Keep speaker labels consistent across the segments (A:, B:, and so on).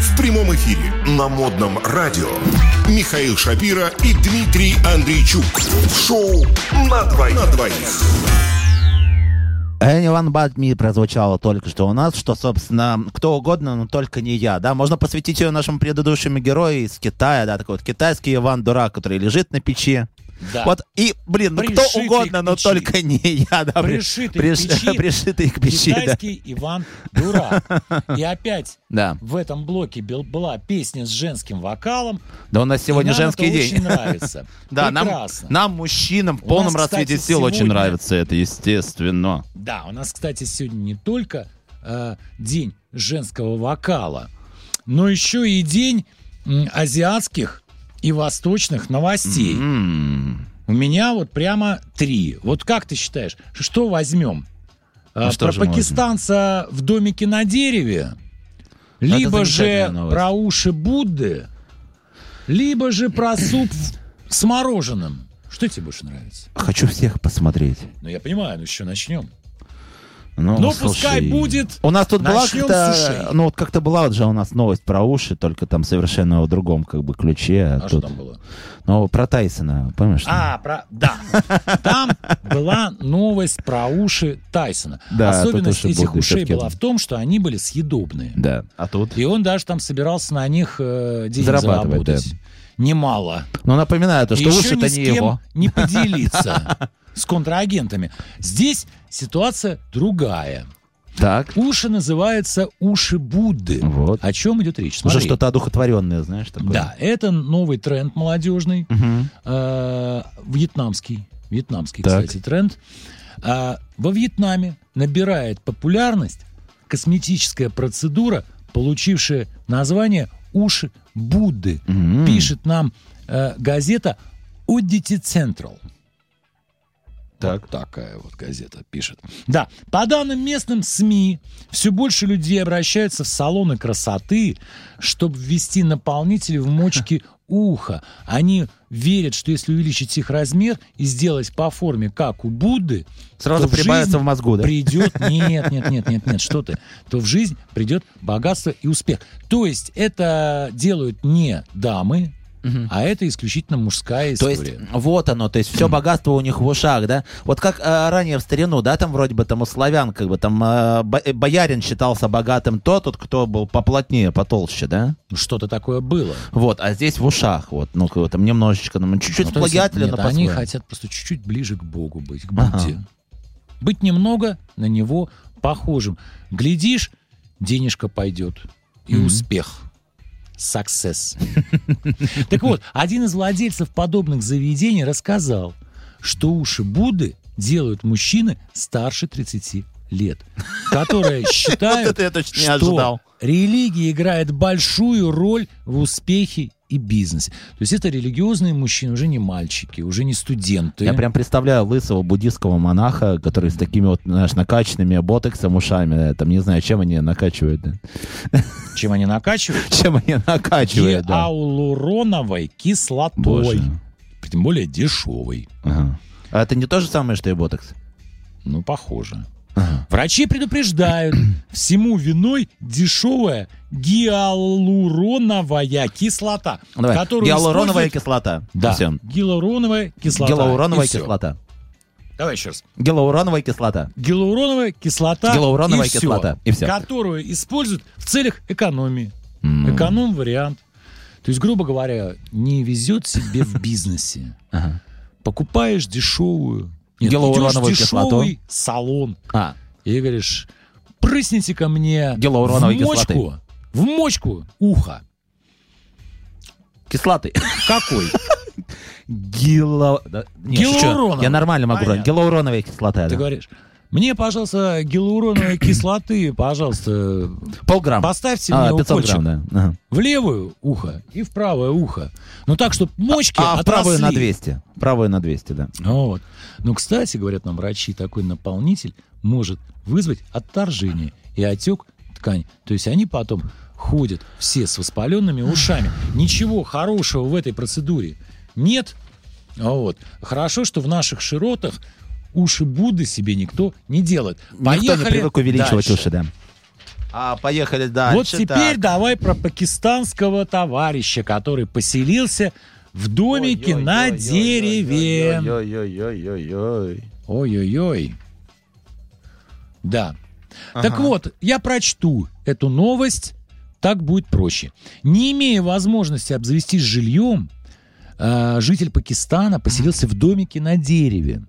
A: В прямом эфире на модном радио Михаил Шапира и Дмитрий Андрейчук. Шоу на двоих. На двоих.
B: Anyone But Me прозвучало только что у нас, что, собственно, кто угодно, но только не я, да. Можно посвятить ее нашему предыдущему герою из Китая, да, такой вот китайский Иван Дурак, который лежит на печи.
C: Да.
B: Вот и, блин, ну кто
C: Пришитый
B: угодно,
C: к
B: но
C: печи.
B: только не я, да. блин.
C: Пришитый к
B: Приш-
C: печи.
B: Пришитый к печи, да.
C: Китайский Иван Дурак. И опять
B: Да.
C: в этом блоке бил- была песня с женским вокалом.
B: Да у нас сегодня
C: И нам
B: женский
C: это
B: день.
C: очень нравится.
B: Да, нам,
C: Прекрасно.
B: нам, мужчинам, в полном
C: нас, кстати,
B: расцвете сил очень
C: сегодня-
B: нравится это, естественно.
C: Да, у нас, кстати, сегодня не только э, день женского вокала, но еще и день м, азиатских и восточных новостей.
B: М.
C: У меня вот прямо три. Вот как ты считаешь, что возьмем?
B: Ну
C: Э,
B: что
C: про
B: же мы
C: пакистанца в домике на дереве,
B: Ну, это
C: либо же
B: замечательная новость.
C: про уши Будды, либо же про суп в- с мороженым. Что тебе больше нравится?
B: Хочу всех посмотреть.
C: Ну, я понимаю, ну еще начнем.
B: Ну,
C: Ну, пускай будет.
B: У нас тут была
C: Начнем с
B: как-то,
C: ушей.
B: ну вот как-то была вот же у нас новость про уши, только там совершенно в другом как бы ключе.
C: А что
B: Тут-
C: там было?
B: Ну про Тайсона, помнишь?
C: А, про... Да. Там была новость про уши Тайсона.
B: Да, тут
C: Особенность
B: уши
C: этих
B: Будды
C: ушей
B: всё-таки.
C: была в том, что они были съедобные.
B: Да. А тут?
C: И он даже там собирался на них э, деньги
B: Зарабатывать,
C: заработать. Немало.
B: Ну напоминаю то,
C: И
B: что
C: еще
B: уши-то
C: ни с
B: не
C: кем
B: его.
C: не поделиться с контрагентами. Здесь ситуация другая.
B: Так.
C: Уши называются уши Будды.
B: Вот.
C: О чем идет речь?
B: Уже
C: А, Смотри.
B: что-то одухотворенное, знаешь, такое.
C: Да, это новый тренд молодежный.
B: Мгм.
C: э, вьетнамский, вьетнамский,
B: Так.
C: кстати, тренд. А, во Вьетнаме набирает популярность косметическая процедура, получившая название «Уши Будды»,
B: М.
C: пишет нам э, газета Oddity Central.
B: Так.
C: Вот такая вот газета пишет. Да, по данным местным СМИ, все больше людей обращаются в салоны красоты, чтобы ввести наполнители в мочки уха. Они верят, что если увеличить их размер и сделать по форме, как у Будды,
B: Сразу
C: то в
B: прибавится
C: жизнь
B: в мозгу, да?
C: придет... Нет, нет, нет, нет, нет, что ты. То в жизнь придет богатство и успех. То есть это делают не дамы,
B: Мгм.
C: а это исключительно мужская
B: То
C: история.
B: есть вот оно, то есть все богатство у них в ушах, да? Вот как э, ранее в старину, да, там вроде бы там у славян как бы там э, бо- э, боярин считался богатым тот, вот, кто был поплотнее, потолще, да?
C: Ну, Что-то такое было.
B: Вот, а здесь в ушах, вот, ну как бы там немножечко, ну чуть-чуть
C: Ну, то есть,
B: плагиатели,
C: нет,
B: но
C: они
B: по-своему.
C: хотят просто чуть-чуть ближе к Богу быть, к
B: Ага.
C: Будде. Быть немного на него похожим. Глядишь, денежка пойдет. И
B: Мгм.
C: успех. Success. Так вот, один из владельцев подобных заведений рассказал, что уши Будды делают мужчины старше 30 лет, которые считают,
B: я точно
C: что религия играет большую роль в успехе и бизнесе. То есть это религиозные мужчины, уже не мальчики, уже не студенты.
B: Я прям представляю лысого буддийского монаха, который с такими вот, знаешь, накачанными ботексом ушами, да, там не знаю, чем они накачивают, да.
C: Чем они накачивают?
B: Чем они накачивают, да.
C: Гиалуроновой кислотой.
B: Боже.
C: Тем более дешевой.
B: Ага. А это не то же самое, что и ботекс?
C: Ну, похоже.
B: Ага.
C: Врачи предупреждают, всему виной дешевая гиалуроновая кислота.
B: Давай.
C: которую
B: Гиалуроновая
C: используют-
B: кислота.
C: Да,
B: Всё.
C: гиалуроновая кислота.
B: Гиалуроновая
C: И всё.
B: кислота.
C: Давай еще раз.
B: Гиалуроновая кислота.
C: Гиалуроновая кислота.
B: Гиалуроновая
C: и всё,
B: кислота, и всё.
C: Которую используют в целях экономии.
B: М.
C: Эконом-вариант. То есть, грубо говоря, не везет себе в бизнесе.
B: Ага.
C: Покупаешь дешевую. Нет,
B: Гиалуроновую
C: идёшь в
B: кислоту.
C: дешёвый салон.
B: А,
C: И говоришь, прысните ко мне
B: Гиалуроновой
C: в мочку,
B: кислоты.
C: в мочку уха.
B: кислоты.
C: Какой?
B: Гила... да, не, шучу.
C: Гиалуроновая.
B: Я нормально могу. говорить.
C: Понятно.
B: Гиалуроновая кислота.
C: Ты
B: да.
C: говоришь, мне, пожалуйста, гиалуроновой кислоты, пожалуйста,
B: Полграмм.
C: поставьте
B: А,
C: мне
B: 500
C: укольчик.
B: грамм, да. Ага.
C: В левое ухо и в правое ухо. Ну так, чтобы мочки
B: А, в правую
C: отросли.
B: на 200. Правую на 200, да.
C: Вот. Ну, кстати, говорят нам врачи, такой наполнитель может вызвать отторжение и отек ткани. То есть они потом ходят все с воспаленными ушами. Ничего хорошего в этой процедуре нет. Вот. Хорошо, что в наших широтах уши Будды себе никто не делает.
B: Никто не привык увеличивать
C: дальше.
B: уши, да. А, поехали дальше.
C: вот теперь
B: так.
C: давай про пакистанского товарища, который поселился в домике на дереве.
B: Ой-ой-ой-ой-ой-ой-ой.
C: Ой-ой-ой. Да. Так
B: Ага.
C: вот, я прочту эту новость, так будет проще. Не имея возможности обзавестись жильем, э, житель Пакистана поселился в домике на дереве.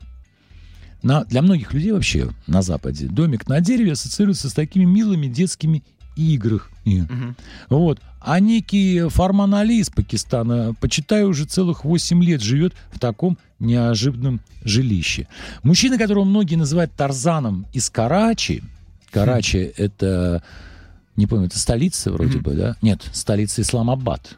C: На, для многих людей вообще на Западе домик на дереве ассоциируется с такими милыми детскими играх. И-
B: Мгм.
C: Вот. А некий Фарман Али из Пакистана, почитаю, уже целых 8 лет живет в таком неожиданном жилище. Мужчина, которого многие называют Тарзаном из Карачи. Карачи — это, не помню, это столица вроде
B: Мгм.
C: бы, да? Нет, столица Исламабад.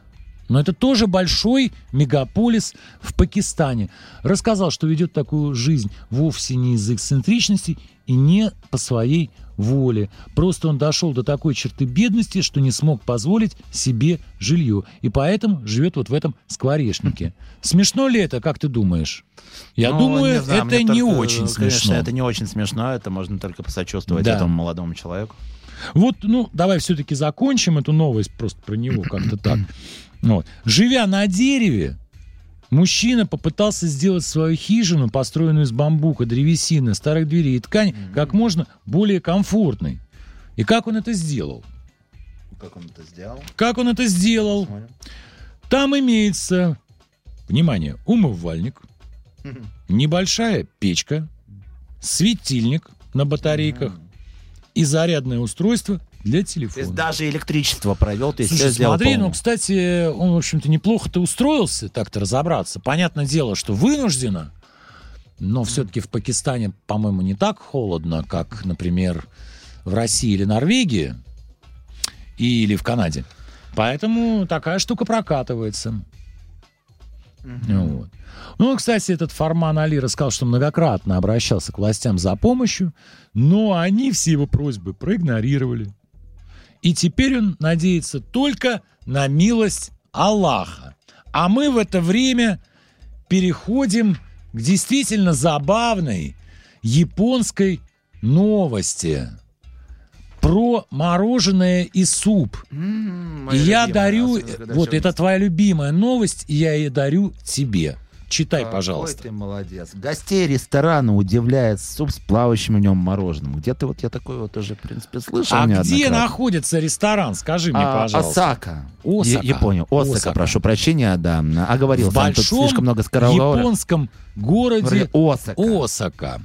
C: Но это тоже большой мегаполис в Пакистане. Рассказал, что ведет такую жизнь вовсе не из эксцентричности и не по своей воле. Просто он дошел до такой черты бедности, что не смог позволить себе жилье. И поэтому живет вот в этом скворечнике. Смешно ли это, как ты думаешь? Я
B: Ну,
C: думаю,
B: знаю,
C: это
B: мне
C: не
B: только,
C: очень
B: конечно,
C: смешно.
B: это не очень смешно, это можно только посочувствовать
C: Да.
B: этому молодому человеку.
C: Вот, ну, давай все-таки закончим эту новость просто про него как-то так. Вот. Живя на дереве, мужчина попытался сделать свою хижину, построенную из бамбука, древесины, старых дверей и ткани,
B: Мгм.
C: как можно более комфортной. И как он это сделал?
B: Как он это сделал?
C: Как он это сделал? Там имеется, внимание, умывальник, небольшая печка, светильник на батарейках и зарядное устройство для
B: То есть
C: телефона.
B: даже электричество провел, ты
C: Слушай,
B: все сделал
C: смотри, ну,
B: полностью.
C: кстати, он, в общем-то, неплохо-то устроился так-то разобраться. Понятное дело, что вынуждено, но все-таки в Пакистане, по-моему, не так холодно, как, например, в России или Норвегии, или в Канаде. Поэтому такая штука прокатывается.
B: Мгм.
C: Вот. Ну, кстати, этот Фарман Али рассказал, что многократно обращался к властям за помощью, но они все его просьбы проигнорировали. И теперь он надеется только на милость Аллаха. А мы в это время переходим к действительно забавной японской новости про мороженое и суп.
B: М,
C: И
B: моя
C: ну, я
B: любимая,
C: дарю...
B: особенно, когда
C: Вот,
B: всё
C: это
B: вместе.
C: твоя любимая новость, и я ее дарю тебе. Читай,
B: Какой
C: пожалуйста.
B: ты молодец. Гостей ресторана удивляет суп с плавающим в нем мороженым. Где-то вот я такой вот уже, в принципе, слышал.
C: А где
B: неоднократно.
C: находится ресторан? Скажи мне,
B: А,
C: пожалуйста.
B: Осака.
C: Осака.
B: Я, я понял. Осака,
C: Осака.
B: прошу прощения, да. Оговорил.
C: В
B: а сам, тут
C: большом
B: слишком много скороговорок.
C: японском городе
B: Осака.
C: Осака.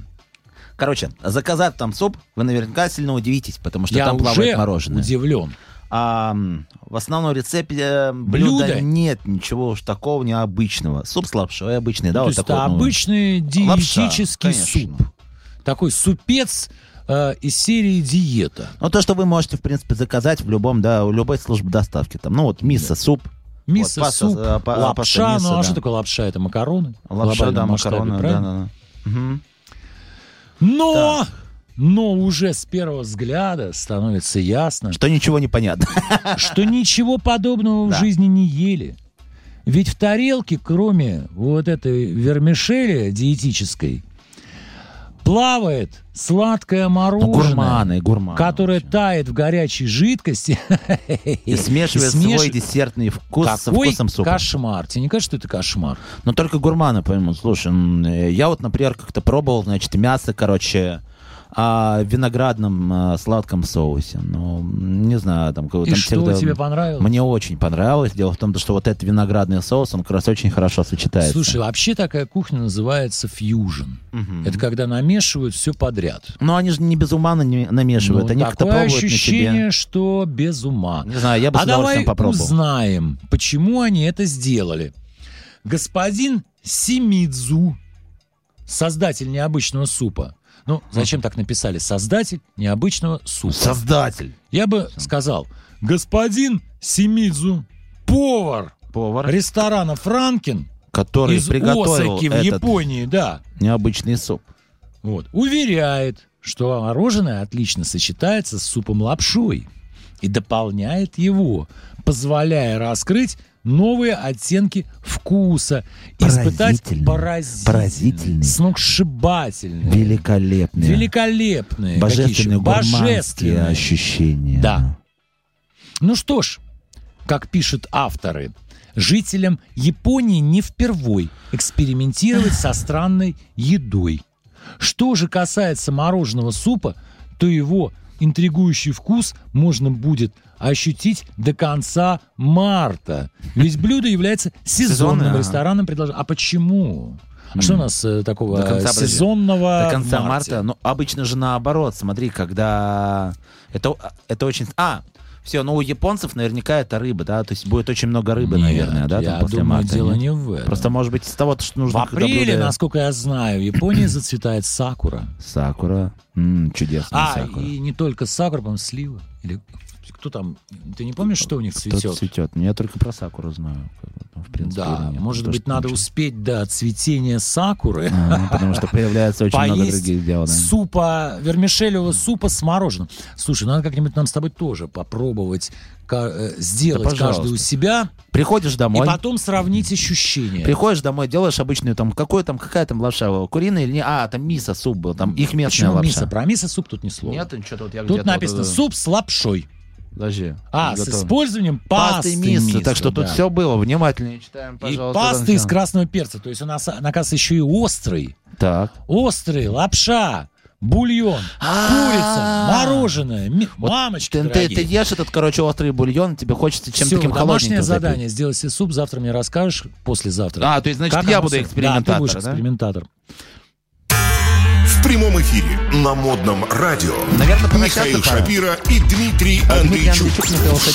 B: Короче, заказать там суп, вы наверняка сильно удивитесь, потому что
C: Я
B: там
C: уже
B: плавает мороженое.
C: удивлен.
B: А, м, в основном рецепте э, блюда
C: Блюда?
B: нет ничего уж такого необычного. Суп с лапшой обычный, да,
C: То
B: вот
C: есть
B: такой.
C: это
B: вот, ну,
C: обычный
B: лапша,
C: диетический суп.
B: конечно.
C: Такой супец э, из серии диета.
B: Ну, то, что вы можете, в принципе, заказать в любом, да, у любой службы доставки. Там, ну, вот мисса, суп,
C: Мисо,
B: паста,
C: суп,
B: э, па- паста,
C: лапша.
B: мисо,
C: ну, а
B: да.
C: что такое лапша? Это макароны? в
B: лапша, да,
C: глобальном масштабе,
B: макароны, да,
C: правильно?
B: да, да. Мгм.
C: Но, но уже с первого взгляда становится ясно,
B: Что ничего не понятно.
C: что ничего подобного в
B: Да.
C: жизни не ели. Ведь в тарелке, кроме вот этой вермишели диетической, плавает сладкое
B: Ну,
C: мороженое,
B: гурманы, гурманы.
C: которое
B: вообще.
C: тает в горячей жидкости.
B: И смешивает
C: смеш-
B: свой десертный вкус со
C: Какой
B: вкусом супа.
C: кошмар. Тебе не кажется, что это кошмар?
B: Но только гурманы поймут. Слушай, м, э, я вот, например, как-то пробовал, значит, мясо, короче, а, в виноградном а, сладком соусе. Ну, м, не знаю, там... как-
C: И
B: там
C: что
B: всегда-
C: тебе понравилось?
B: Мне очень понравилось. Дело в том, что вот этот виноградный соус, он как раз очень хорошо сочетается.
C: Слушай, вообще такая кухня называется фьюжн.
B: Мгм.
C: Это когда намешивают все подряд.
B: Ну, они же не без ума на- не- намешивают.
C: Ну,
B: они как-то
C: такое
B: пробуют на
C: ощущение,
B: себе.
C: что без ума.
B: Не знаю, я бы
C: А
B: с удовольствием
C: давай
B: попробовал.
C: узнаем, почему они это сделали. Господин Симидзу, создатель необычного супа. Ну, зачем так написали? Создатель необычного супа.
B: Создатель.
C: Я бы сказал, господин Симидзу, повар
B: Повар,
C: ресторана Франкин
B: который
C: из
B: приготовил
C: Осаки в
B: этот
C: Японии, да.
B: необычный суп.
C: Вот. Уверяет, что мороженое отлично сочетается с супом лапшой. и дополняет его, позволяя раскрыть новые оттенки вкуса, испытать
B: Поразительные,
C: поразительные,
B: поразительные,
C: сногсшибательные,
B: Великолепные.
C: великолепные, какие
B: Божественные
C: еще?
B: гурманские
C: божественные.
B: ощущения.
C: Да. Ну что ж, как пишут авторы, жителям Японии не впервой экспериментировать со странной едой. Что же касается мороженого супа, то его интригующий вкус можно будет ощутить до конца марта. Ведь блюдо является сезонным
B: Сезонное, ага.
C: рестораном. предлож- А почему? А что у нас э, такого
B: До конца,
C: э,
B: подожди.
C: сезонного
B: До конца
C: в марте?
B: марта. Ну, обычно же наоборот. Смотри, когда... Это, это очень... А, все, ну у японцев наверняка это рыба, да? То есть будет очень много рыбы,
C: Нет,
B: наверное, да?
C: я
B: там после
C: думаю,
B: марта,
C: дело
B: нет?
C: не в этом.
B: Просто, может быть, из того, что
C: В
B: нужно... когда
C: апреле,
B: блюдо-
C: насколько я знаю, в Японии зацветает сакура.
B: Сакура. М, чудесная
C: А,
B: сакура.
C: и не только сакура, по-моему, слива. Или кто там? Ты не помнишь, что у них
B: Что-то
C: цветет?
B: цветет. Ну, Я только про сакуру знаю. как бы, ну, в принципе,
C: Да,
B: или нет,
C: может
B: то,
C: быть,
B: что
C: надо
B: там сейчас.
C: успеть до цветения сакуры.
B: А, ну, Потому что появляется очень много
C: Поесть
B: других дел. Ну, да.
C: супа, вермишелевого супа с мороженым. Слушай, надо как-нибудь нам с тобой тоже попробовать ка- э, сделать
B: пожалуйста.
C: каждый у себя
B: Приходишь
C: и
B: домой.
C: потом сравнить ощущения.
B: Приходишь домой, делаешь обычную там, какой там, какая там лапша, была, куриная или не? А, там мисо суп был, там их местная
C: Почему
B: лапша.
C: мисо? Про мисо суп тут ни слова.
B: Нет, ну, что-то вот я
C: тут
B: где-то
C: написано
B: вот это-
C: суп с лапшой.
B: Подожди.
C: А,
B: Готово.
C: с использованием пасты,
B: пасты мисо. Так что
C: да.
B: тут все было, внимательнее читаем,
C: И
B: пожалуйста.
C: пасты
B: там
C: из
B: всё.
C: красного перца. То есть у нас, наказ, еще и острый.
B: Так.
C: Острый, лапша, бульон, курица,
B: А-а-а.
C: мороженое, ми- мамочки
B: Ты, ты, ты
C: дорогие.
B: ешь этот, короче, острый бульон, тебе хочется чем-то
C: Всё,
B: таким
C: домашнее
B: холодненьким. запить.
C: задание. Сделай себе суп, завтра мне расскажешь, послезавтра.
B: А, то есть, значит,
C: Как
B: я
C: оно
B: буду
C: всё- Да, ты будешь
B: экспериментатор, да?
C: экспериментатор.
A: В прямом эфире на модном радио
B: Наверное, прощаться
A: Михаил
B: пора.
A: Шапира и Дмитрий
B: Дмитрий
A: Андрейчук.
B: Андрейчук, Михаил
A: Шоу